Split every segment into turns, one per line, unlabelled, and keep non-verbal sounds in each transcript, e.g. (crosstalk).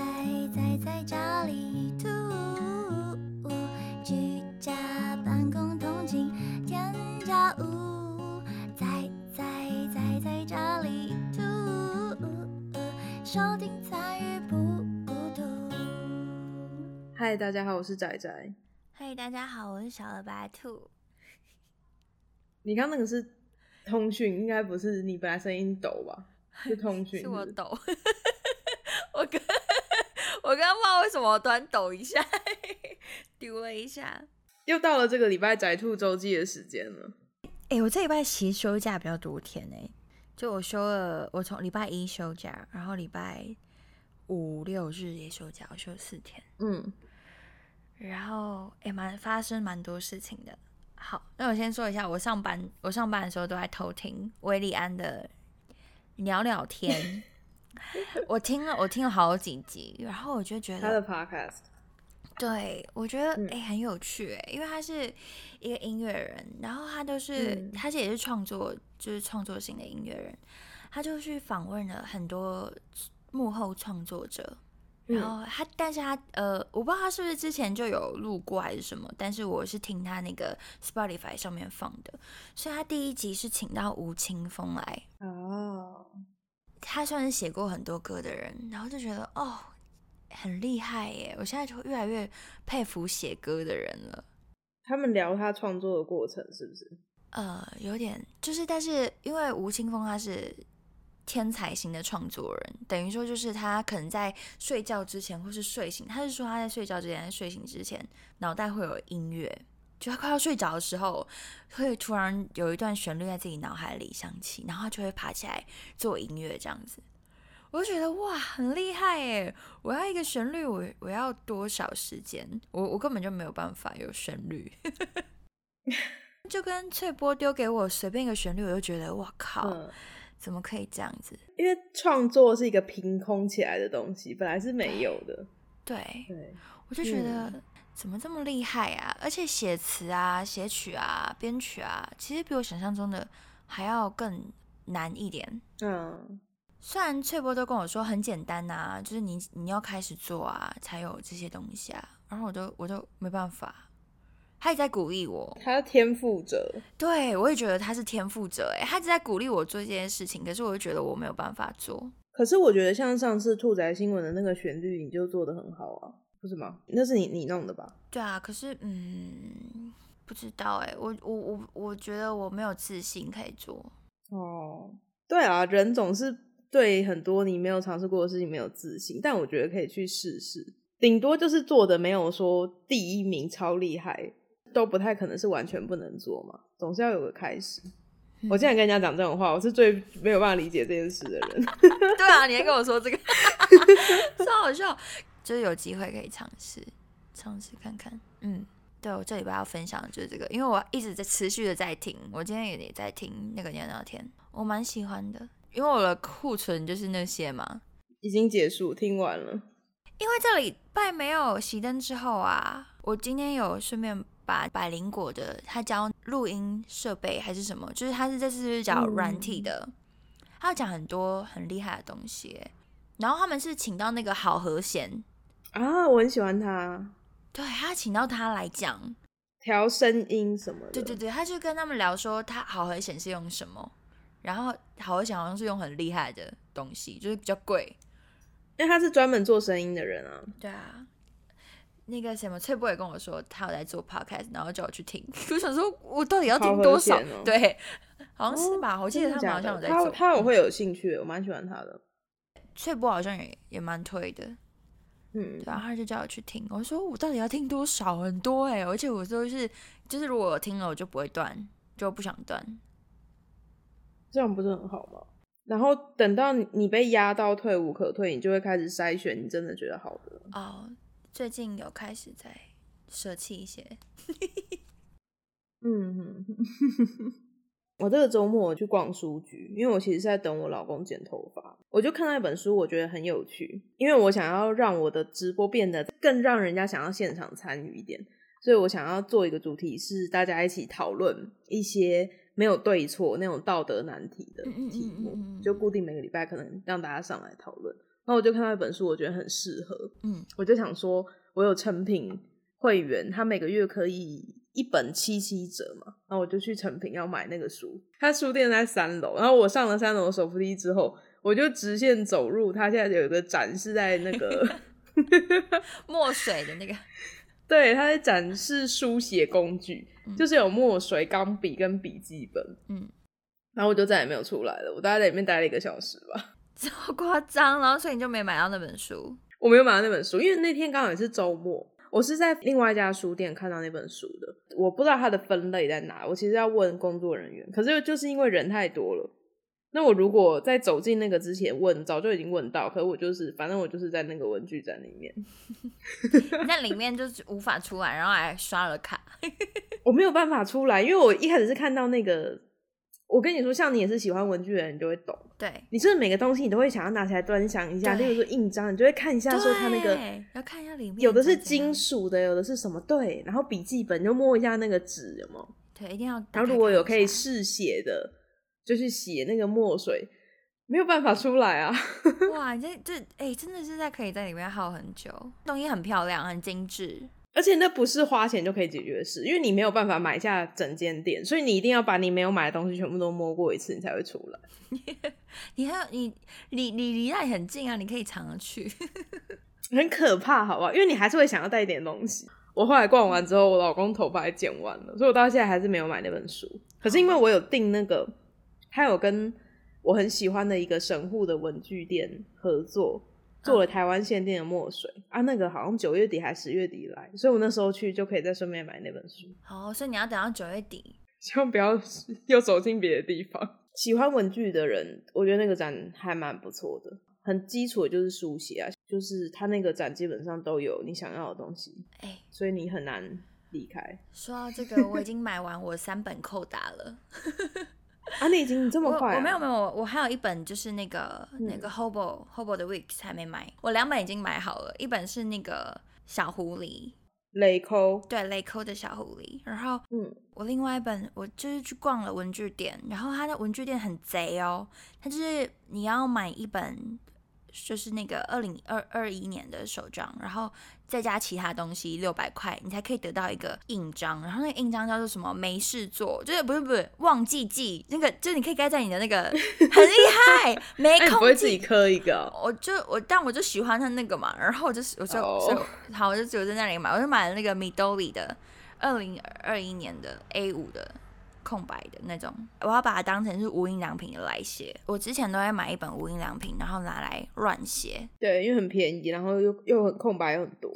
宅在家里突兀，居家办公通勤添加物，宅宅宅在家里突兀，收听参与不孤独。
嗨，大家好，我是仔仔。
嘿、大家好，我是小鹅白兔。
你刚那个是通讯，应该不是你本来声音抖吧？是通讯，
是我
不。
抖， (laughs) 我刚我刚刚不知道为什么我突然抖一下， (laughs) 丢了一下。
又到了这个礼拜宅兔周记的时间了。
哎、我这礼拜其实休假比较多天哎、就我休了，我从礼拜一休假，然后礼拜五六日也休假，我休了四天。
嗯，
然后哎，蛮、发生蛮多事情的。好，那我先说一下，我上班我上班的时候都在偷听维利安的聊聊 (laughs) 天，我听了我听了好几集，然后我就觉
他的
得，
podcast
对我觉得哎、
嗯
诶很有趣哎、因为他是一个音乐人，然后他都是、
嗯
他是也是创作就是创作型的音乐人，他就去访问了很多幕后创作者，
嗯，
然后他，但是他呃，我不知道他是不是之前就有录过还是什么，但是我是听他那个 Spotify 上面放的，所以他第一集是请到吴青峰来，
哦，
他算是写过很多歌的人，然后就觉得哦，很厉害耶！我现在就越来越佩服写歌的人了。
他们聊他创作的过程是不是？
呃，有点就是，但是因为吴青峰他是天才型的创作人，等于说就是他可能在睡觉之前或是睡醒，他是说他在睡觉之前、在睡醒之前，脑袋会有音乐，就他快要睡着的时候，会突然有一段旋律在自己脑海里响起，然后他就会爬起来做音乐这样子。我就觉得哇，很厉害耶！我要一个旋律，我我要多少时间？我我根本就没有办法有旋律。 (laughs) 就跟翠波丢给我随便一个旋律，我就觉得哇靠，
嗯，
怎么可以这样子？
因为创作是一个凭空起来的东西，本来是没有的。
对，
对，
我就觉得、
嗯
怎么这么厉害啊！而且写词啊、写曲啊、编曲啊，其实比我想象中的还要更难一点。
嗯，
虽然翠波都跟我说很简单啊，就是你你要开始做啊，才有这些东西啊，然后我都我都没办法。他也在鼓励我，
他是天赋者。
对我也觉得他是天赋者，哎，他一直在鼓励我做这件事情，可是我就觉得我没有办法做。
可是我觉得像上次兔仔新闻的那个旋律，你就做的很好啊，不是吗？那是你你弄的吧？
对啊，可是嗯，不知道哎、我我我我觉得我没有自信可以做。
哦，对啊，人总是对很多你没有尝试过的事情没有自信，但我觉得可以去试试，顶多就是做的没有说第一名超厉害，都不太可能是完全不能做嘛，总是要有个开始。
嗯
我竟然跟人家讲这种话，我是最没有办法理解这件事的
(laughs)
人。
对啊，你还跟我说这 (laughs) 个，超好笑。就是有机会可以尝试尝试看看。嗯，对我这礼拜要分享的就是这个，因为我一直在持续的在听，我今天也在听那个聊聊天，我蛮喜欢的，因为我的库存就是那些嘛。
已经结束，听完了。
因为这礼拜没有熄灯之后啊，我今天有顺便把百灵果的他教录音设备还是什么，就是他是这次是讲
嗯
软体的，他要讲很多很厉害的东西耶。然后他们是请到那个好和弦，
啊，我很喜欢他
对他请到他来讲，
调声音什么的。
对对对，他就跟他们聊说他好和弦是用什么，然后好和弦好像是用很厉害的东西，就是比较贵。
因为他是专门做声音的人啊。
对啊，那个什么翠波也跟我说，他有在做 podcast，然后叫我去听。 (laughs) 我想说，我到底要听多少？
好和弦哦
对，好像是吧？
哦
我记得
真
他
的
们好
假
像有
的
在
他
做。嗯
他我会有兴趣，我蛮喜欢他的。
翠波好像也也蛮推的，
嗯，
对啊，他就叫我去听。我说我到底要听多少？很多哎、而且我就是就是如果我听了，我就不会断，就不想断。
这样不是很好吗？然后等到你你被压到退无可退，你就会开始筛选你真的觉得好的。
哦，最近有开始在舍弃一些，
嗯哼， (laughs) 我这个周末我去逛书局，因为我其实是在等我老公剪头发，我就看到一本书，我觉得很有趣，因为我想要让我的直播变得更让人家想要现场参与一点，所以我想要做一个主题是大家一起讨论一些没有对错那种道德难题的
嗯嗯嗯
题目
嗯嗯，嗯
就固定每个礼拜可能让大家上来讨论。那我就看到一本书，我觉得很适合，
嗯，
我就想说，我有成品会员，他每个月可以一本七七折嘛，然后我就去成品要买那个书。他书店在三楼，然后我上了三楼的手扶梯之后，我就直线走入他现在有一个展示在那个，
墨水的那个， (laughs)
对，他在展示书写工具，就是有墨水、钢笔跟笔记本，
嗯，
然后我就再也没有出来了。我大概在里面待了一个小时吧。
超夸张，然后所以你就没买到那本书，
我没有买到那本书，因为那天刚好也是周末，我是在另外一家书店看到那本书的。我不知道它的分类在哪，我其实要问工作人员，可是就是因为人太多了。那我如果在走进那个之前问，早就已经问到，可是我就是，反正我就是在那个文具展里面，
你 (laughs) 在里面就是无法出来，然后还刷了卡，
我没有办法出来，因为我一开始是看到那个，我跟你说，像你也是喜欢文具的人，你就会懂，
对，
你是不是每个东西你都会想要拿起来端详一下，例
对
如说印章，你就会看一下说它那个
对要看一下里面，
有的是金，属的，有的是什么？对，然后笔记本就摸一下那个纸有没有？
对，一定要打开看
然
一下。
后如果有可以试写的，就去写那个墨水，没有办法出来啊。 (laughs)
哇，你这这哎、真的是在可以在里面耗很久，东西很漂亮，很精致，
而且那不是花钱就可以解决的事，因为你没有办法买下整间店，所以你一定要把你没有买的东西全部都摸过一次，你才会出来。
你还有你你你离那里很近啊，你可以常常去。
很可怕，好不好？因为你还是会想要带一点东西。我后来逛完之后，我老公头发也剪完了，所以我到现在还是没有买那本书。可是因为我有订那个，他有跟我很喜欢的一个神户的文具店合作，做了台湾限定的墨水、啊，那个好像九月底还十月底来，所以我那时候去就可以再顺便买那本书。
好，所以你要等到九月底。
千万不要 (laughs) 又走进别的地方。喜欢文具的人，我觉得那个展还蛮不错的。很基础的就是书写啊，就是它那个展基本上都有你想要的东西，
哎、
所以你很难离开
说到
(laughs)
这个，我已经买完我三本扣打了。
啊。你已经你这
我
么快、啊
我没有没有，我我还有一本就是那个、那
嗯
个 Hobo Hobo 的 Weeks 还没买，我两本已经买好了，一本是那个小狐狸，
雷抠，
对雷扣的小狐狸，然后
嗯，
我另外一本，我就是去逛了文具店，然后它的文具店很贼哦，它就是你要买一本，就是那个二零二二一年的手账，然后再加其他东西六百块，你才可以得到一个印章，然后那个印章叫做什么？没事做，就是不是不是忘记记那个，就是你可以盖在你的
(laughs)
那个，很厉害，没
那、哎啊你不
空
会自己
记。
刻一个哦、
我就我，但我就喜欢它那个嘛，然后我就是我就、
哦
所以我好，我就只有在那里买，我就买了那个 Midori 的二零二一年的 A 五的空白的那种，我要把它当成是无印良品的来写。我之前都会买一本无印良品，然后拿来乱写。
对，因为很便宜，然后又又很空白又很多。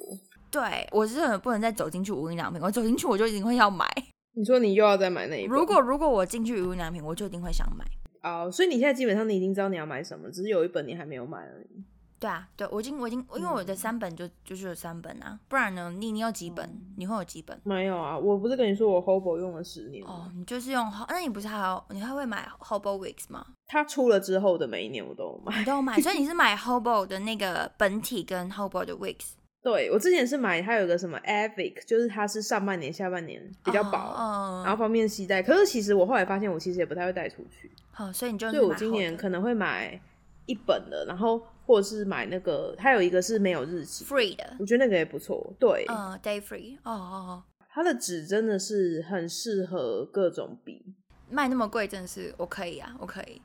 对我这种人不能再走进去无印良品，我走进去我就一定会要买。
你说 (laughs) 你又要再买那一本，
如果如果我进去无印良品，我就一定会想买。
啊、所以你现在基本上你已经知道你要买什么，只是有一本你还没有买而已。
对啊，对我已经我已经因为我
嗯
的三本就就是有三本啊，不然呢你你有几本？
嗯
你会有几本？
没有啊，我不是跟你说我 Hobo 用了十年吗
哦，你就是用，那你不是还有你还会买 Hobo Weeks 吗？
它出了之后的每一年我都有买。
你都有买，所以你是买 Hobo 的那个本体跟 Hobo 的 Weeks
对我之前是买它有个什么 Avic，就是它是上半年、下半年比较薄，
嗯，
然后方便携带。可是其实我后来发现，我其实也不太会带出去，
好、所以你哦就是
所以我
买
今
Hobo
年可能会买一本的，然后或者是买那个，它有一个是没有日期，
free 的，
我觉得那个也不错。对，
嗯，day free，哦哦
它的纸真的是很适合各种笔。
哦，卖那么贵真的是我可以啊，我可以，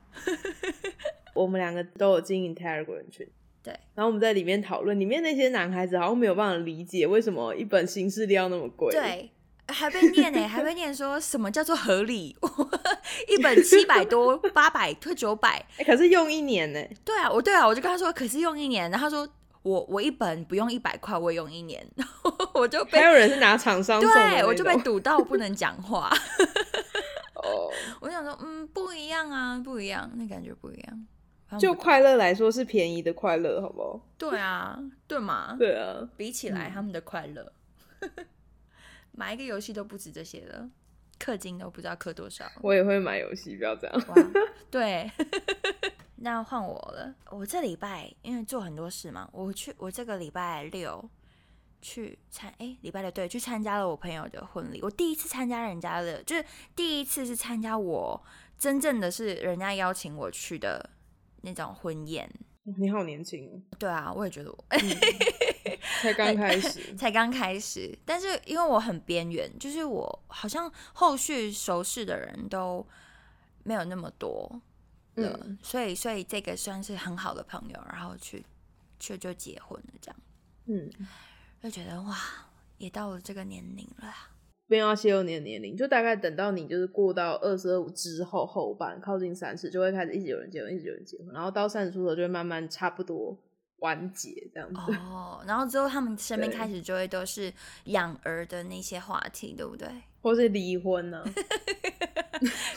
我们两个都有经营 Telegram 群，
对，
然后我们在里面讨论，里面那些男孩子好像没有办法理解为什么一本新式料那么贵。哎
对。还被念呢、还被念说什么叫做合理？ (laughs) 一本七百多、八百、退九百，
欸，可是用一年呢、
对啊，我对啊，我就跟他说，可是用一年，然后他说我我一本不用一百块，我也用一年， (laughs) 我就被
还有人是拿厂商送的那
对
种，
我就被堵
(laughs)
到不能讲话。
哦，
我想说，嗯，不一样啊，不一样，那感觉不一样。反正
就
我
快乐来说是便宜的快乐，好不好？
对啊，对嘛，
对啊，
比起来
嗯
他们的快乐， (laughs) 买一个游戏都不止这些了，氪金都不知道氪多少。
我也会买游戏，不要这样。 (laughs)
哇，对， (laughs) 那换我了。我这礼拜因为做很多事嘛，我去我这个礼拜六去参诶，礼拜六对去参加了我朋友的婚礼。我第一次参加人家的，就是第一次是参加我真正的是人家邀请我去的那种婚宴。
你好年轻
(laughs)
哦，
对啊，我也觉得我。
才刚开始
才刚开始，但是因为我很边缘，就是我好像后续熟识的人都没有那么多了，
嗯
所以所以这个算是很好的朋友，然后去去就结婚了，这样
嗯，
就觉得哇，也到了这个年龄了啊，
没有要泄露你的年龄，就大概等到你就是过到二十二五之后后半，靠近三十就会开始一直有人结婚，一直有人结婚，然后到三十出头就会慢慢差不多完结这样子。
哦，然后之后他们身边
对
开始就会都是养儿的那些话题，对不对？
或是离婚呢、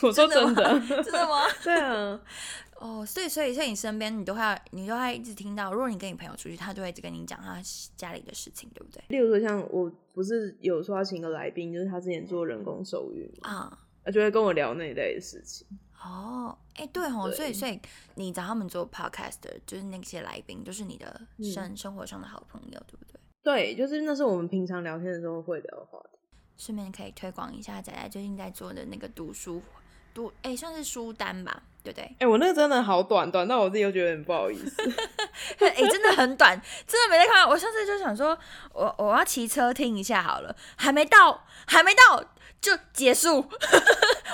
我说真的
吗，真的吗？
(laughs) 对啊，
(laughs) 哦，所以所以所以你身边你都会你都会一直听到，如果你跟你朋友出去，他就会一直跟你讲他家里的事情，对不对？
例如说像我不是有说要请个来宾，就是他之前做人工受孕嘛，
啊、
他就会跟我聊那一类的事情。
哦，哎、对哦，
对
所以所以你找他们做 podcast 的，就是那些来宾，就是你的
嗯
生、生活上的好朋友，对不对？
对，就是那是我们平常聊天的时候会聊的话题。
顺便可以推广一下仔仔最近在做的那个读书读，哎、算是书单吧，对不对？ (laughs)
哎、我那个真的好短，短到我自己又觉得很不好意思。
哎、真的很短，真的没在看。我上次就想说，我我要骑车听一下好了，还没到，还没到就结束。 (laughs)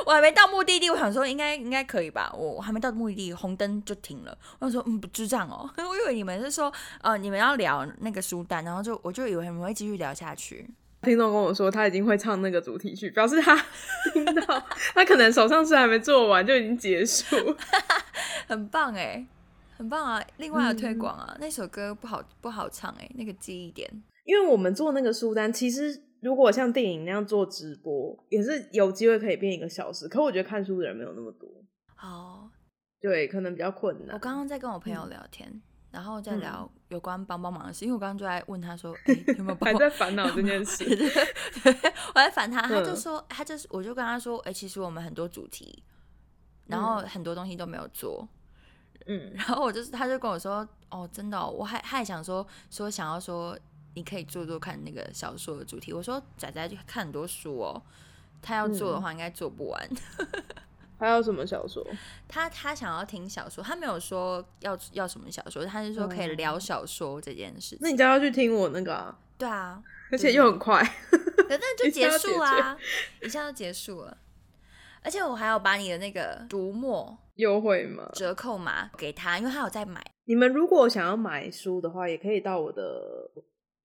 我还没到目的地，我想说应该应该可以吧。我我还没到目的地，红灯就停了。我想说，嗯，不智障哦， (laughs) 我以为你们是说，呃，你们要聊那个书单，然后就我就以为你们会继续聊下去。
(laughs) 听众跟我说他已经会唱那个主题曲，表示他 (laughs) 听到他可能手上事还没做完就已经结束。
很棒哎、很棒啊！另外要推
嗯
广啊，那首歌不好不好唱哎、那个记忆点
(laughs) 因为我们做那个书单，其实如果像电影那样做直播，也是有机会可以变一个小时。可我觉得看书的人没有那么多，
好。
对，可能比较困难。
哦我刚刚在跟我朋友
嗯
聊天，然后在
嗯
聊有关帮帮忙的事，因为我刚刚就在问他说， (laughs) 诶有没有帮
还
忙
在烦恼这件
(laughs) 对
事，
对对我在烦他，他就
嗯
说，他就是，我就跟他说，哎、其实我们很多主题，然后很多东西都没有做，
嗯，
然后我就是，他就跟我说，哦，真的哦、我还他还想说说想要说你可以做做看那个小说的主题，我说仔仔就看很多书哦，他要做的
嗯
话应该做不完，
还有什么小说？
他他想要听小说，他没有说要要什么小说，他是说可以
哦
聊小说这件事
那
情。
你就要去听我那个、啊，(laughs)
对啊，
而且又很快。
可那就
一下
结
要
束啦，一下就结束了。而且我还有把你的那个读墨
优惠吗？
折扣码给他，因为他有在买。
你们如果想要买书的话，也可以到我的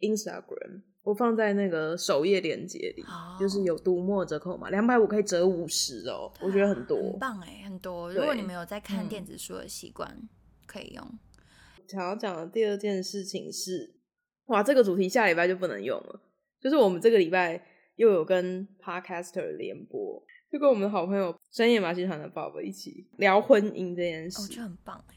Instagram，我放在那个首页链接里，
哦
就是有读墨折扣嘛，两百五可以折五十哦，我觉得很多。
很棒哎、很多。如果你
对
们有在看
嗯
电子书的习惯，可以用。
想要讲的第二件事情是，哇，这个主题下礼拜就不能用了。就是我们这个礼拜又有跟 Podcaster 联播，就跟我们的好朋友深夜马戏团的爸爸一起聊婚姻这件
哦，我
事
觉，得很棒哎、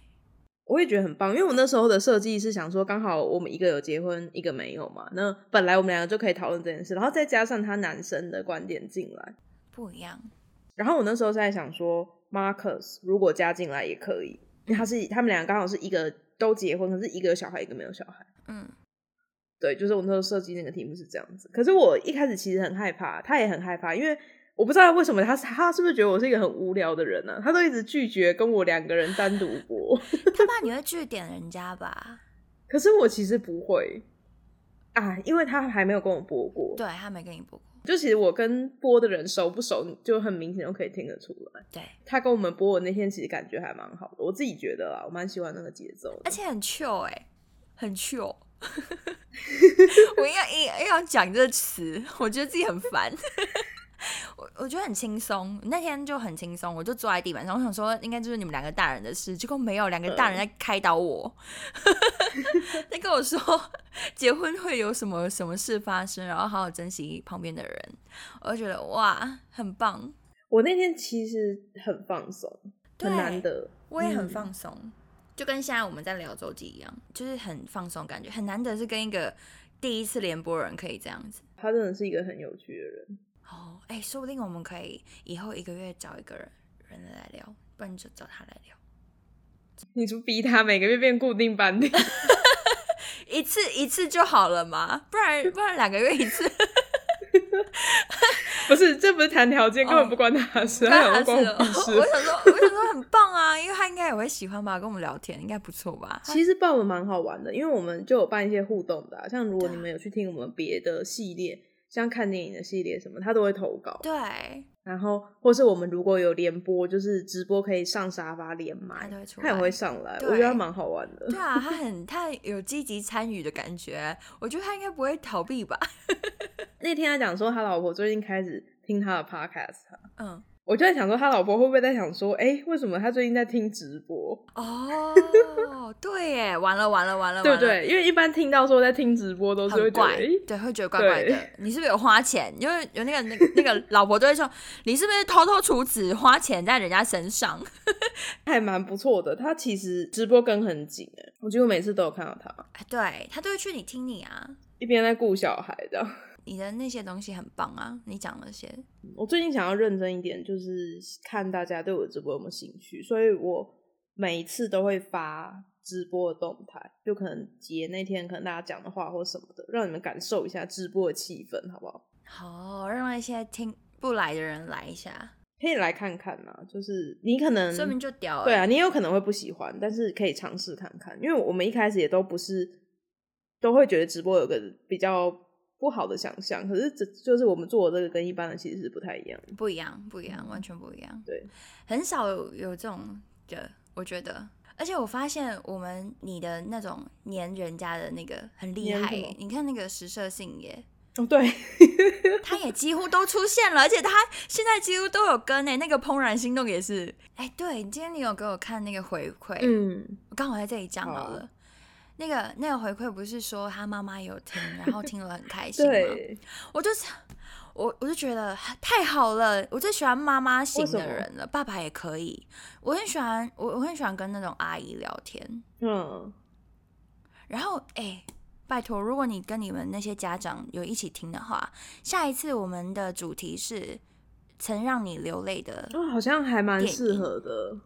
我也觉得很棒。因为我那时候的设计是想说，刚好我们一个有结婚，一个没有嘛，那本来我们两个就可以讨论这件事，然后再加上他男生的观点进来，
不一样。
然后我那时候在想说，Marcus 如果加进来也可以，因为他是他们两个刚好是一个都结婚，可是一个有小孩，一个没有小孩。
嗯，
对，就是我那时候设计那个题目是这样子。可是我一开始其实很害怕，他也很害怕，因为我不知道为什么他他是不是觉得我是一个很无聊的人呢、啊他都一直拒绝跟我两个人单独播。
他怕你会据点人家吧？
可是我其实不会啊，因为他还没有跟我播过。
对，他没跟你播过。
就其实我跟播的人熟不熟，你就很明显就可以听得出来。
对，
他跟我们播的那天，其实感觉还蛮好的，我自己觉得啊，我蛮喜欢那个节奏的。
而且很 chill 哎、很 chill。我应该硬硬要讲这个词，我觉得自己很烦。 (laughs) 我我觉得很轻松，那天就很轻松，我就坐在地板上，我想说应该就是你们两个大人的事，结果没有，两个
嗯
大人在开导我， (laughs) 在跟我说结婚会有什么什么事发生，然后好好珍惜旁边的人，我就觉得哇，很棒，
我那天其实很放松，
对
很难得。
我也很
嗯
放松，就跟现在我们在聊周记一样，就是很放松，感觉很难得是跟一个第一次联播的人可以这样子。
他真的是一个很有趣的人。
哦，哎、说不定我们可以以后一个月找一个人人来聊，不然就找他来聊，
你就逼他每个月变固定班底， (laughs)
一
(laughs)
次一次就好了嘛，不然不然两个月一次。
不是，这不是谈条件，根本不关他的事，他想说
刚
关
开始
我屁
我哦我
事。
想说，我想说很棒啊，因为他应该也会喜欢吧，跟我们聊天应该不错吧。他
其实办我蛮好玩的，因为我们就有办一些互动的啊、像如果
对啊
你们有去听我们别的系列，像看电影的系列什么，他都会投稿。
对，
然后，或是我们如果有联播，就是直播可以上沙发连麦
他都会，出
他也
来
会上来，
对
我觉得他蛮好玩的。
对啊，他很他有积极参与的感觉，我觉得他应该不会逃避吧。
那天他讲说，他老婆最近开始听他的 podcast，
嗯，
我就在想说，他老婆会不会在想说，哎、为什么他最近在听直播，
哦，对耶，完了完了完了，
对不
完了？
对？因为一般听到说在听直播都是会觉
很
得，
怪
哎、，
对，会觉得怪怪的
对。
你是不是有花钱？因为有那个那个那个老婆都会说，你是不是偷偷处子花钱在人家身上？ (laughs)
还蛮不错的。他其实直播跟很紧，哎，我几乎每次都有看到他
哎对他都会去你听你啊，
一边在顾小孩这样。
你的那些东西很棒啊，你讲那些，
我最近想要认真一点，就是看大家对我的直播有没有兴趣，所以我每一次都会发直播的动态，就可能截那天可能大家讲的话或什么的，让你们感受一下直播的气氛，好不好？
好、让那些听不来的人来一下，
可以来看看嘛，就是你可能
说明就屌、欸。
嗯对啊，，你有可能会不喜欢，但是可以尝试看看，因为我们一开始也都不是都会觉得直播有个比较不好的想象，可是这就是我们做的这个跟一般的其实是不太一样的。
不一样，不一样，完全不一样。
对，
很少有有这种的，我觉得。而且我发现我们你的那种黏人家的那个很厉
黏
害
什
耶
么，
你看那个实社性耶，
哦，对，
他也几乎都出现了，而且他现在几乎都有跟欸诶，那个怦然心动也是。哎，对，今天你有给我看那个回馈，
嗯，
我刚好在这里讲好
好
了。那个那个回馈不是说他妈妈有听，然后听了很开心吗？
对，
我就是我，我就觉得太好了，我最喜欢妈妈型的人了，爸爸也可以。我很喜欢，我我很喜欢跟那种阿姨聊天。
嗯，
然后，哎、拜托，如果你跟你们那些家长有一起听的话，下一次我们的主题是曾让你流泪的，
哦，好像还蛮
电
适
影
合的。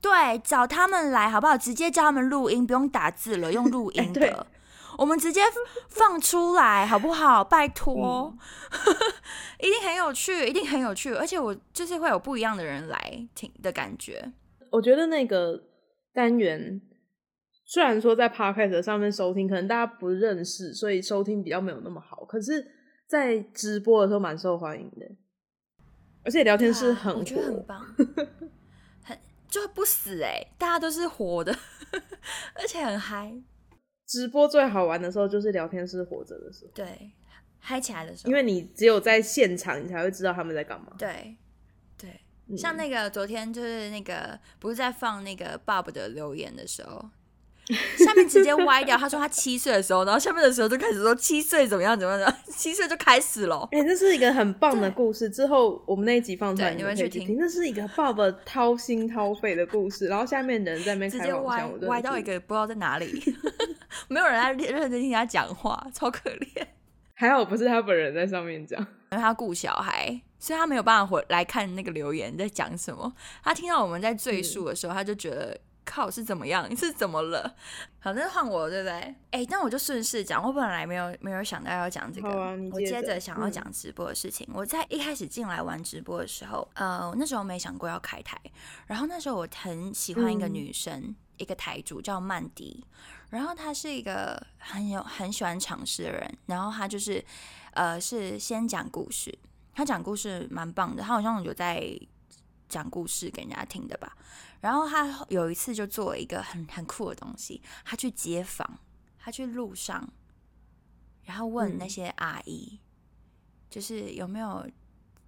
对，找他们来好不好？直接叫他们录音，不用打字了，用录音
(laughs)
的。
对
我们直接放出来好不好？拜
(laughs)
托，
嗯
一定很有趣，一定很有趣，而且我就是会有不一样的人来听的感觉。
我觉得那个单元虽然说在 podcast 上面收听，可能大家不认识，所以收听比较没有那么好，可是，在直播的时候蛮受欢迎的，而且聊天室
啊
很
我觉得很
火。
棒，很就不死哎、大家都是
(laughs)
活的，而且很嗨，
直播最好玩的时候就是聊天室活着的时候，
对，嗨起来的时候，
因为你只有在现场，你才会知道他们在干嘛。
对对，
嗯
像那个昨天就是那个不是在放那个 Bob 的留言的时候，下面直接歪掉。他说他七岁的时候，然后下面的时候就开始说七岁怎么样怎么样，怎么样，七岁就开始了。
哎、这是一个很棒的
对
故事。之后我们那一集放出来，
对
你
你
们
们
可以
去
去
听
听。这是一个爸爸掏心掏肺的故事，然后下面的人在那边
直
开
接
黄
歪
腔，我真的
歪到
是
一个不知道在哪里， (laughs) 没有人在认认真听他讲话，超可怜。
还好不是他本人在上面讲，
然后他顾小孩，所以他没有办法回来看那个留言在讲什么。他听到我们在赘
嗯
述的时候，他就觉得靠是怎么样， (laughs) 是怎么了？好，那换我对不对？哎，那我就顺势讲，我本来没有没有想到要讲这个，
好啊你
我
接
接
着
着想要
嗯
讲直播的事情。我在一开始进来玩直播的时候，呃，我那时候没想过要开台，然后那时候我很喜欢一个
嗯
女生，一个台主叫曼迪，然后她是一个很有很喜欢尝试的人，然后她就是呃是先讲故事，她讲故事蛮棒的，她好像有在讲故事给人家听的吧。然后她有一次就做了一个很很酷的东西，她去街访，她去路上，然后问
嗯
那些阿姨，就是有没有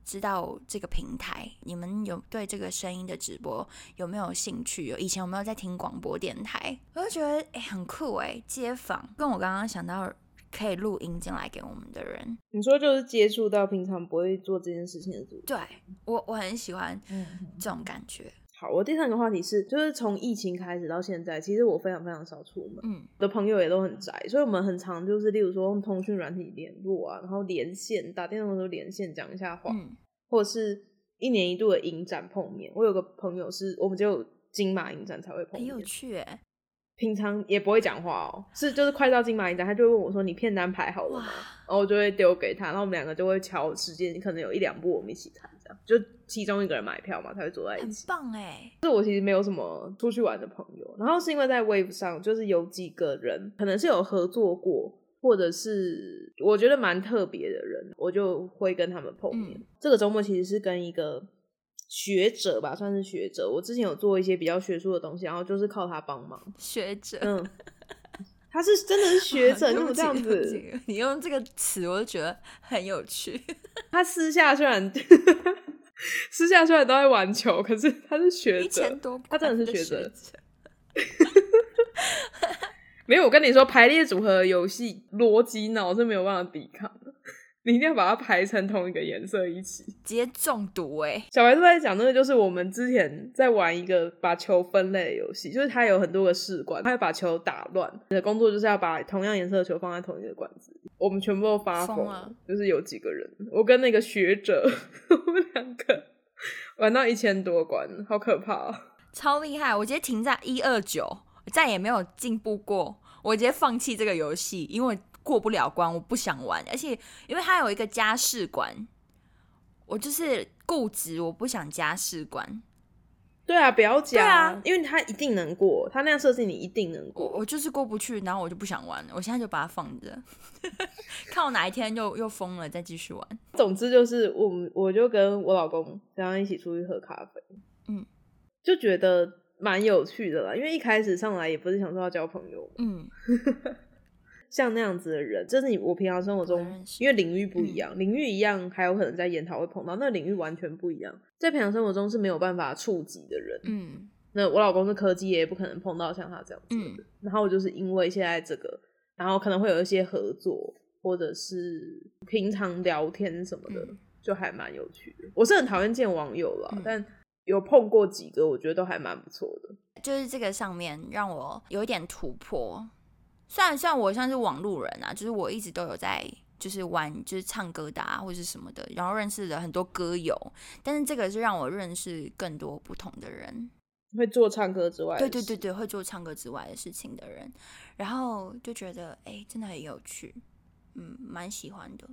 知道这个平台，你们有对这个声音的直播有没有兴趣？有以前有没有在听广播电台？我就觉得哎、诶很酷哎、街访跟我刚刚想到可以录音进来给我们的人，
你说就是接触到平常不会做这件事情的组织。
对我我很喜欢
嗯，
这种感觉。
好，我第三个话题是，就是从疫情开始到现在，其实我非常非常少出门，
嗯，
我的朋友也都很宅，所以我们很常就是，例如说用通讯软体联络啊，然后连线打电话的时候连线讲一下话，
嗯，
或者是一年一度的影展碰面。我有个朋友是我们只有金马影展才会碰
很
面
有，趣哎、
平常也不会讲话哦，是就是快到金马影展，他就会问我说：“你片单排好了吗
哇？”
然后我就会丢给他，然后我们两个就会瞧时间，可能有一两部我们一起看，这样就其中一个人买票嘛，他会坐在一
很
起。
棒哎，
这我其实没有什么出去玩的朋友，然后是因为在 Wave 上，就是有几个人可能是有合作过，或者是我觉得蛮特别的人，我就会跟他们碰面。
嗯
这个周末其实是跟一个学者吧，算是学者。我之前有做一些比较学术的东西，然后就是靠他帮忙。
学者。
嗯， (laughs) 他是真的是学者，
对
你怎
不
么
起
这
(laughs)
样
对不起
子？
你用这个词，我就觉得很有趣。
他私下虽然 (laughs) 私下虽然都在玩球，可是他是学
一千
者。
多，
他真的是
学
学者。没有，我跟你说，排列组合游戏逻辑脑是没有办法抵抗的，你一定要把它排成同一个颜色一起。
直接中毒哎、
小白兔在讲那个，就是我们之前在玩一个把球分类的游戏，就是它有很多个试管，它会把球打乱。你的工作就是要把同样颜色的球放在同一个罐子里。我们全部都发疯
疯了
就是有几个人，我跟那个学者， (laughs) 我们两个玩到一千多关，好可怕、哦！
超厉害！我直接停在一二九，再也没有进步过。我直接放弃这个游戏，因为过不了关，我不想玩。而且因为它有一个加试关，我就是固执，我不想加试关。
对啊，不要加，
对啊
因为他一定能过，他那样设计你一定能
我
过。
我就是过不去，然后我就不想玩了。我现在就把它放着， (laughs) 看我哪一天又又疯了再继续玩。
总之就是我们，我就跟我老公这样一起出去喝咖啡，
嗯，
就觉得蛮有趣的啦。因为一开始上来也不是想说要交朋友，
嗯，
像那样子的人，这是你我平常生活
我
中
认，识嗯
因为领域不一样，领域一样还有可能在研讨会碰到，那领域完全不一样，在平常生活中是没有办法触及的人。
嗯
那我老公是科技业，也不可能碰到像他这样子的人。
嗯
然后我就是因为现在这个，然后可能会有一些合作，或者是平常聊天什么的，
嗯
就还蛮有趣的。我是很讨厌见网友啦，
嗯
但有碰过几个，我觉得都还蛮不错的。
就是这个上面让我有一点突破。虽然虽然我算是网路人啊，就是我一直都有在就是玩就是唱歌的啊或是什么的，然后认识了很多歌友，但是这个是让我认识更多不同的人。
会做唱歌之外，
对对对，对，会做唱歌之外的事情的人，然后就觉得哎、真的很有趣，嗯，蛮喜欢的。哦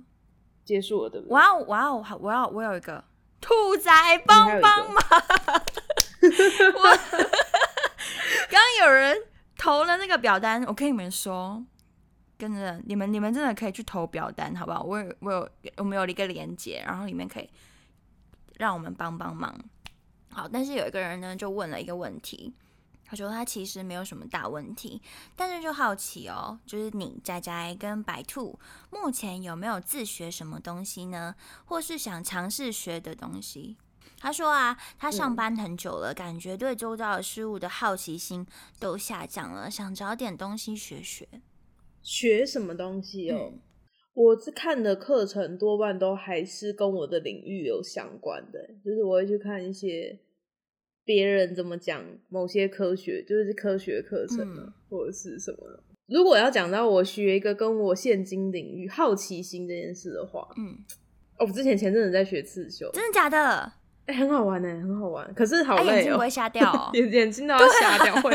结束了，对不对？
我要我要我要我有一个兔仔帮
还有一个
帮忙，我 (laughs) 刚刚有人投了那个表单，我跟你们说，跟着你们你们真的可以去投表单，好不好？我有我有我们有一个连接，然后里面可以让我们帮帮忙。好，但是有一个人呢就问了一个问题，他说他其实没有什么大问题，但是就好奇哦，就是你佳佳跟白兔目前有没有自学什么东西呢？或是想尝试学的东西？他说啊，他上班很久了，感觉对周遭的事物的好奇心都下降了，想找点东西学学。
学什么东西哦？
嗯
我是看的课程多半都还是跟我的领域有相关的、欸就是我会去看一些别人怎么讲某些科学，就是科学课程啊，
嗯
或者是什么。如果要讲到我学一个跟我现今领域好奇心这件事的话，
嗯，
哦，我之前前阵子在学刺绣，
真的假的？
哎、很好玩呢、很好玩，可是好
他、眼
累
睛
哦、，
不会瞎掉、哦
(laughs) 眼眼睛都要瞎掉，
(laughs)
会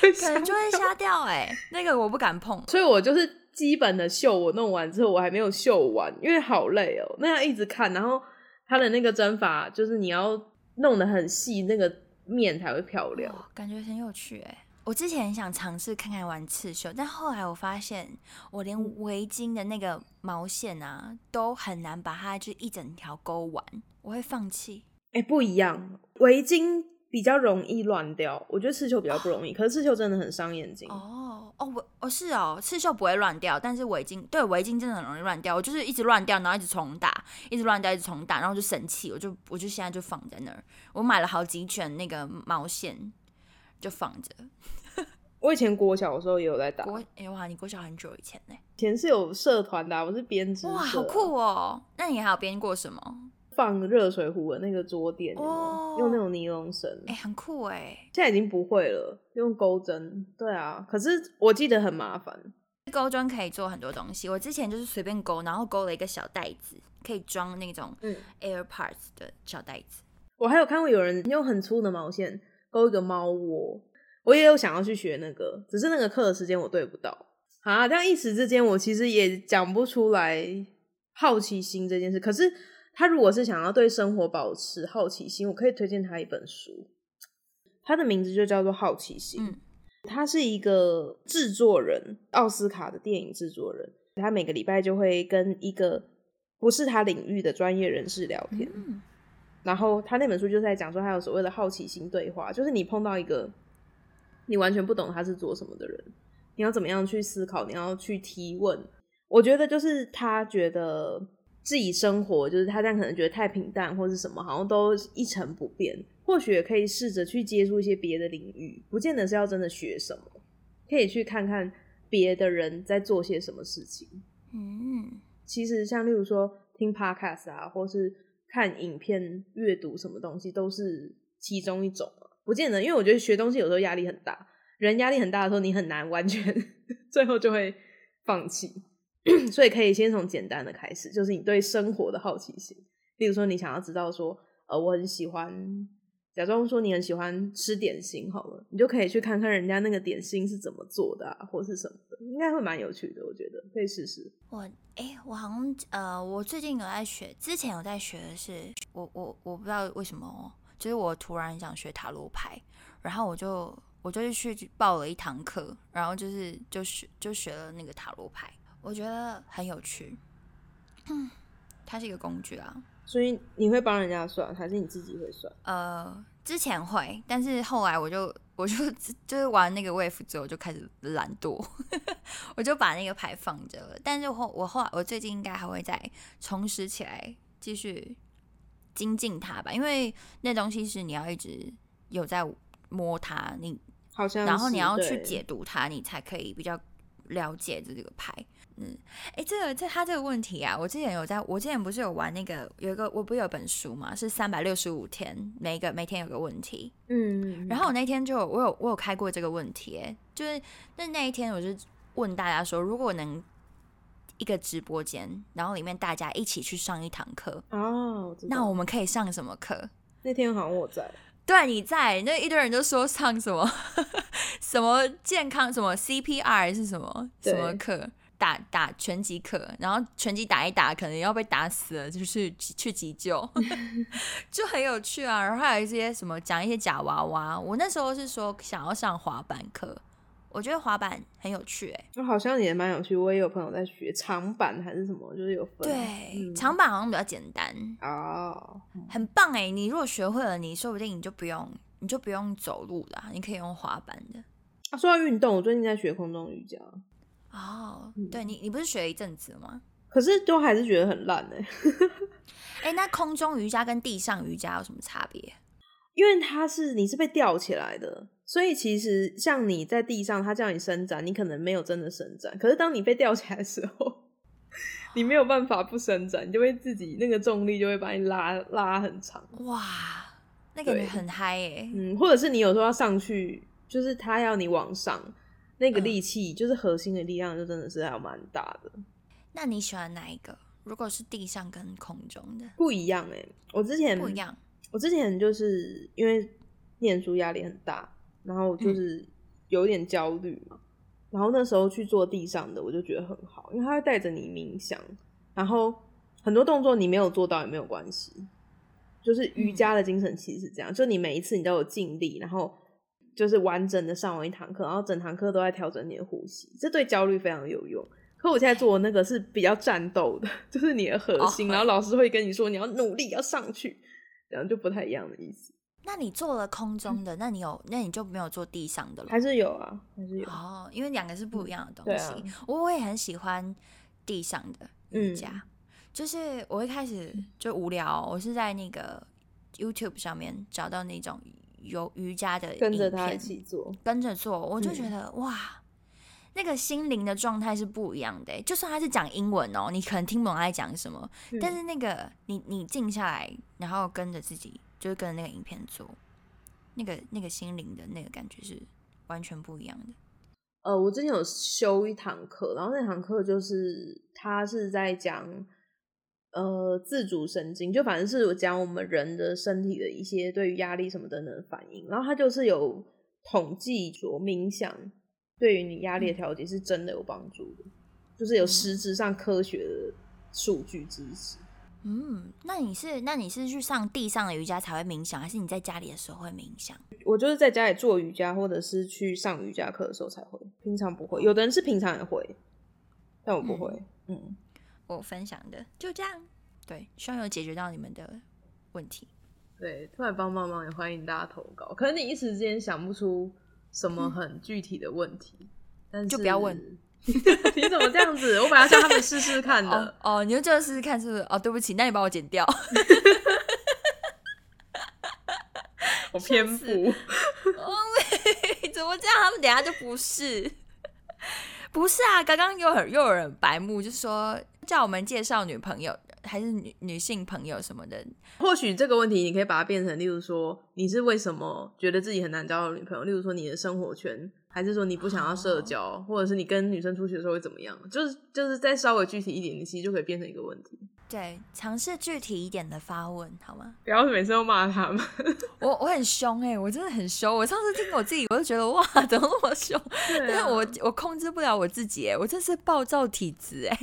会
可
瞎
能就会瞎掉哎、那个我不敢碰。
所以我就是基本的绣我弄完之后，我还没有绣完，因为好累哦，那样一直看，然后它的那个针法就是你要弄得很细，那个面才会漂亮。
哇哦感觉很有趣哎、我之前很想尝试看看玩刺绣，但后来我发现我连
嗯
围巾的那个毛线啊，都很难把它就一整条勾完，我会放弃。
哎、不一样，围巾比较容易乱掉，我觉得刺绣比较不容易，可是刺绣真的很伤眼睛。
哦哦，我哦是哦，刺绣不会乱掉，但是围巾对围巾真的很容易乱掉，我就是一直乱掉，然后一直重打，一直乱掉，一直重打，然后我就生气，我就我就现在就放在那儿，我买了好几卷那个毛线。就放着，
我以前国小的时候也有在打，
国
(laughs)
哎、哇，你国小很久以前呢、
以前是有社团的啊、我是编织社啊、
哇，好酷哦！那你还有编过什么？
放热水壶的那个桌垫有没有
哦
用那种尼龙绳，
哎、很酷哎、
现在已经不会了，用钩针。对啊，可是我记得很麻烦。
钩针可以做很多东西。我之前就是随便勾，然后勾了一个小袋子，可以装那种
嗯
AirPods 的小袋子。
我还有看过有人用很粗的毛线勾一个猫窝，我我也有想要去学那个，只是那个课的时间我对不到啊。这样一时之间，我其实也讲不出来好奇心这件事。可是他如果是想要对生活保持好奇心，我可以推荐他一本书，他的名字就叫做《好奇心》。
嗯
他是一个制作人，奥斯卡的电影制作人。他每个礼拜就会跟一个不是他领域的专业人士聊天，
嗯
然后他那本书就是在讲说，还有所谓的好奇心对话，就是你碰到一个你完全不懂他是做什么的人，你要怎么样去思考，你要去提问。我觉得就是他觉得自己生活，就是他但可能觉得太平淡或是什么，好像都一成不变。或许也可以试着去接触一些别的领域，不见得是要真的学什么，可以去看看别的人在做些什么事情。
嗯
其实像例如说听 podcast 啊，或是看影片、阅读什么东西，都是其中一种、啊。不见得，因为我觉得学东西有时候压力很大，人压力很大的时候，你很难完全， (laughs) 最后就会放弃。所以可以先从简单的开始，就是你对生活的好奇心。例如说，你想要知道说，呃，我很喜欢，假装说你很喜欢吃点心好了，你就可以去看看人家那个点心是怎么做的啊，或是什么的，应该会蛮有趣的。我觉得可以试试。
我哎、我好像呃，我最近有在学，之前有在学的是，我我我不知道为什么哦，就是我突然想学塔罗牌，然后我就我就去报了一堂课，然后就是就学就学了那个塔罗牌，我觉得很有趣， (clears throat) 它是一个工具啊，
所以你会帮人家算，还是你自己会算？
呃，之前会，但是后来我就 (laughs) 我就就是玩那个 wave 之后就开始懒惰， (laughs) 我就把那个牌放着了。但是我后我后来我最近应该还会再重拾起来，继续精进它吧，因为那东西是你要一直有在摸它，你
好像
然后
是
你要去
对
解读它，你才可以比较了解这个牌。嗯，哎，这个这他这个问题啊，我之前有在，我之前不是有玩那个有一个，我不是有本书嘛，是三百六十五天，每一个每天有个问题。
嗯，
然后我那天就有我有我有开过这个问题欸，就是那那一天我是问大家说，如果能一个直播间，然后里面大家一起去上一堂课，
哦，我知道
那我们可以上什么课？
那天好像我在，
对，你在那一堆人都说上什么 (laughs) 什么健康什么 CPR 是什么
对
什么课打打拳击课，然后拳击打一打可能要被打死了，就是急去急救， (laughs) 就很有趣啊。然后还有一些什么讲一些假娃娃，我那时候是说想要上滑板课，我觉得滑板很有趣哎、
那好像也蛮有趣。我也有朋友在学长板还是什么，就是有分
对，
嗯
长板好像比较简单，
哦，
很棒哎、你如果学会了，你说不定你就不用你就不用走路了啊、你可以用滑板的。
啊，说到运动，我最近在学空中瑜伽，
哦，
嗯
对你，你不是学了一阵子了吗？
可是都还是觉得很烂哎、
哎，那空中瑜伽跟地上瑜伽有什么差别？
因为它是你是被吊起来的，所以其实像你在地上，它叫你伸展，你可能没有真的伸展。可是当你被吊起来的时候， (laughs) 你没有办法不伸展，你就会自己那个重力就会把你拉拉很长。
哇，那感觉
对
很嗨耶！
嗯，或者是你有时候要上去，就是它要你往上，那个
嗯
力气、就是核心的力量，就真的是还蛮大的，
那你喜欢哪一个？如果是地上跟空中的
不一样哎、我之前
不一样，
我之前就是因为念书压力很大，然后就是有点焦虑嘛，然后那时候去做地上的，我就觉得很好，因为它会带着你冥想，然后很多动作你没有做到也没有关系，就是瑜伽的精神其实是这样，就你每一次你都有尽力，然后就是完整的上完一堂课，然后整堂课都在调整你的呼吸，这对焦虑非常有用。可我现在做的那个是比较战斗的， (laughs) 就是你的核心，
哦
然后老师会跟你说你要努力要上去，然后就不太一样的意思。
那你做了空
嗯
中的，那你有，那你就没有做地上的了。
还是有啊，还是有。
哦，因为两个是不一样的
对
东
啊
西。我我也很喜欢地上的瑜
嗯
伽，就是我一开始就无聊，我是在那个 YouTube 上面找到那种有瑜伽的
跟着
影
他一
片
起做，
跟着做，我就
嗯
觉得、哇，那个心灵的状态是不一样的欸。就算他是讲英文哦，你可能听不懂他在讲什么，但是那个你你静下来，然后跟着自己，就是跟着那个影片做，那个那个心灵的那个感觉是完全不一样的。
呃，我之前有修一堂课，然后那堂课就是他是在讲呃自主神经，就反正是有讲我们人的身体的一些对于压力什么等等的反应，然后他就是有统计说冥想对于你压力的调节是真的有帮助的，就是有实质上科学的数据支持。
嗯，那你是那你是去上地上的瑜伽才会冥想，还是你在家里的时候会冥想？
我就是在家里做瑜伽，或者是去上瑜伽课的时候才会，平常不会。有的人是平常也会，但我不会。嗯，
我分享的就这样，对，希望有解决到你们的问题。
对，突然帮帮忙也欢迎大家投稿。可能你一时之间想不出什么很具体的问题，但是
就不要问。
(laughs) 你怎么这样子？我本来叫他们试试看
哦
的。
哦，你就这样试试看，是不是？哦，对不起，那你把我剪掉。
我偏不，
哦喂， (laughs) 怎么这样？他们等一下就不是， (laughs) 不是啊！刚刚又有又有人白目，就说叫我们介绍女朋友还是女女性朋友什么的。
或许这个问题你可以把它变成，例如说你是为什么觉得自己很难交到女朋友？例如说你的生活圈，还是说你不想要社交，或者是你跟女生出去的时候会怎么样？就是就是再稍微具体一点，你其实就可以变成一个问题。
对，尝试具体一点的发问好吗？
不要每次都骂他们，
我我很凶哎、我真的很凶。我上次听我自己，我就觉得哇，怎么那么凶？
啊
但是我我控制不了我自己哎、我真是暴躁体质哎、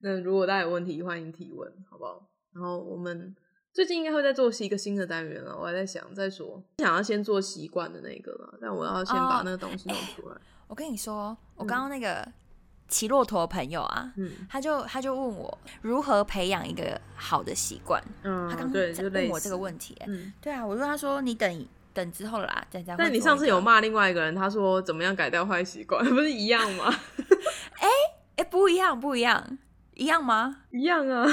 那如果大家有问题，欢迎提问，好不好？然后我们最近应该会再做一个新的单元了，我还在想再说，想要先做习惯的那个了，但我要先把
哦
那个东西弄出来。
我跟你说，我刚刚那个骑骆驼的朋友啊，
嗯
他就他就问我如何培养一个好的习惯。
嗯，
他刚
对，
刚
就
在问
类
我
似
这个。问题、欸，
嗯，
对啊，我就跟他说你等等之后啦，再再。
但你上次有？骂另外一个人，他说怎么样改掉坏习惯， (laughs) 不是一样吗？
哎、不一样，不一样，一样吗？
一样
(laughs)
啊，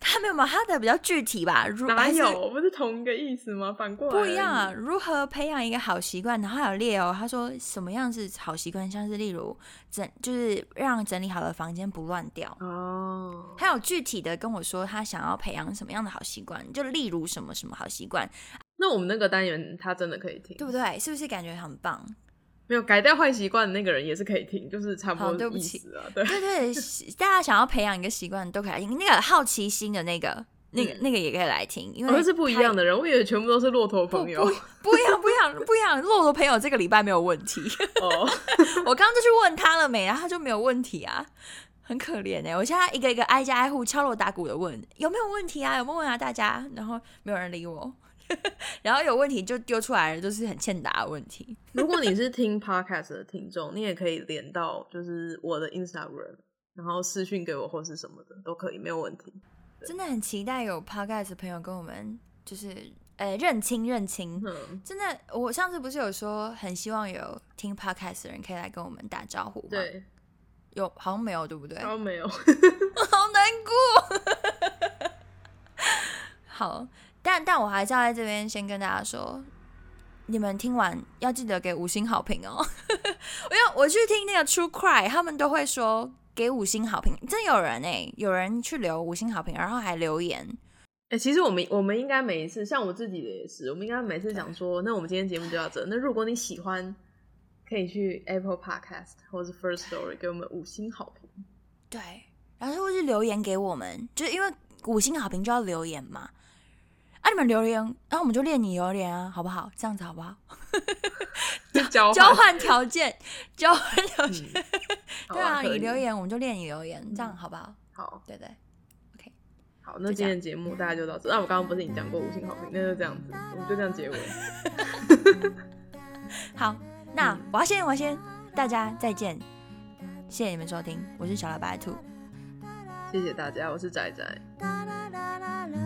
他没有嘛，他的比较具体吧？如
哪？
还是
有？不是同一个意思吗？反过来
不一样啊！
而已！
如何培养一个好习惯？然后还有列哦，他说什么样是好习惯，像是例如整，就是让整理好的房间不乱掉。
哦，
还有具体的跟我说他想要培养什么样的好习惯，就例如什么什么好习惯，
那我们那个单元他真的可以听
对，不对？是不是感觉很棒？
没有改掉坏习惯的那个人也是可以听，就是差不
好
多
对不
意
起
思
(laughs)
啊，对。
对对，是大家想要培养一个习惯都可以来听，那个好奇心的那个，那个、
嗯
那个也可以来听，因
我
为
们是不一样的人，我以为全部都是骆驼
不
朋
不
友。
(laughs) 不一样不一样不一样，露露朋友这个礼拜没有问
(laughs)
题，(laughs)
哦，
我刚刚就去问他了没，然后他就没有问题啊。很可怜哎、我现在一个一个挨家挨户敲锣打鼓的问有没有问题啊，有没有问啊大家，然后没有人理我， (laughs) 然后有问题就丢出来了，就是很欠打的问题。
(laughs) 如果你是听 podcast 的听众，你也可以连到就是我的 Instagram，然后私讯给我或是什么的都可以，没有问题。
真的很期待有 podcast 的朋友跟我们就是呃认清认清，
嗯，
真的，我上次不是有说很希望有听 podcast 的人可以来跟我们打招呼吗？，
对，
有好像没有，对不对？
然后没有，
(laughs) 好难过。 (laughs) 好，但但我还是要在这边先跟大家说，你们听完要记得给五星好评哦。 (laughs) 因为我去听那个 True Cry，他们都会说给五星好评，真有人哎、有人去留五星好评，然后还留言，
(laughs) 哎、其实我们我们应该每一次，像我自己的也是，我们应该每次讲说，那我们今天节目就到这。那如果你喜欢，可以去 Apple Podcast 或是 First Story 给我们五星好评。
对，然后或是留言给我们，就是因为五星好评就要留言嘛。啊，你们留言，然后我们就练你留言啊，好不好？这样子好不好？
(laughs) 交
交换条件，交换条
嗯
件。
好
(laughs) 对啊，
可
你
以
留言我们就练你留言，这样
嗯
好不好？
好。
对对，
好，那今天的节目大家就到这。那啊我刚刚不是已经讲过五星好评，那就这样子，我们就这样结尾。
好，那我要先，我要先，大家再见，谢谢你们收听，我是小老白兔。
谢谢大家，我是仔仔。
哒啦啦啦啦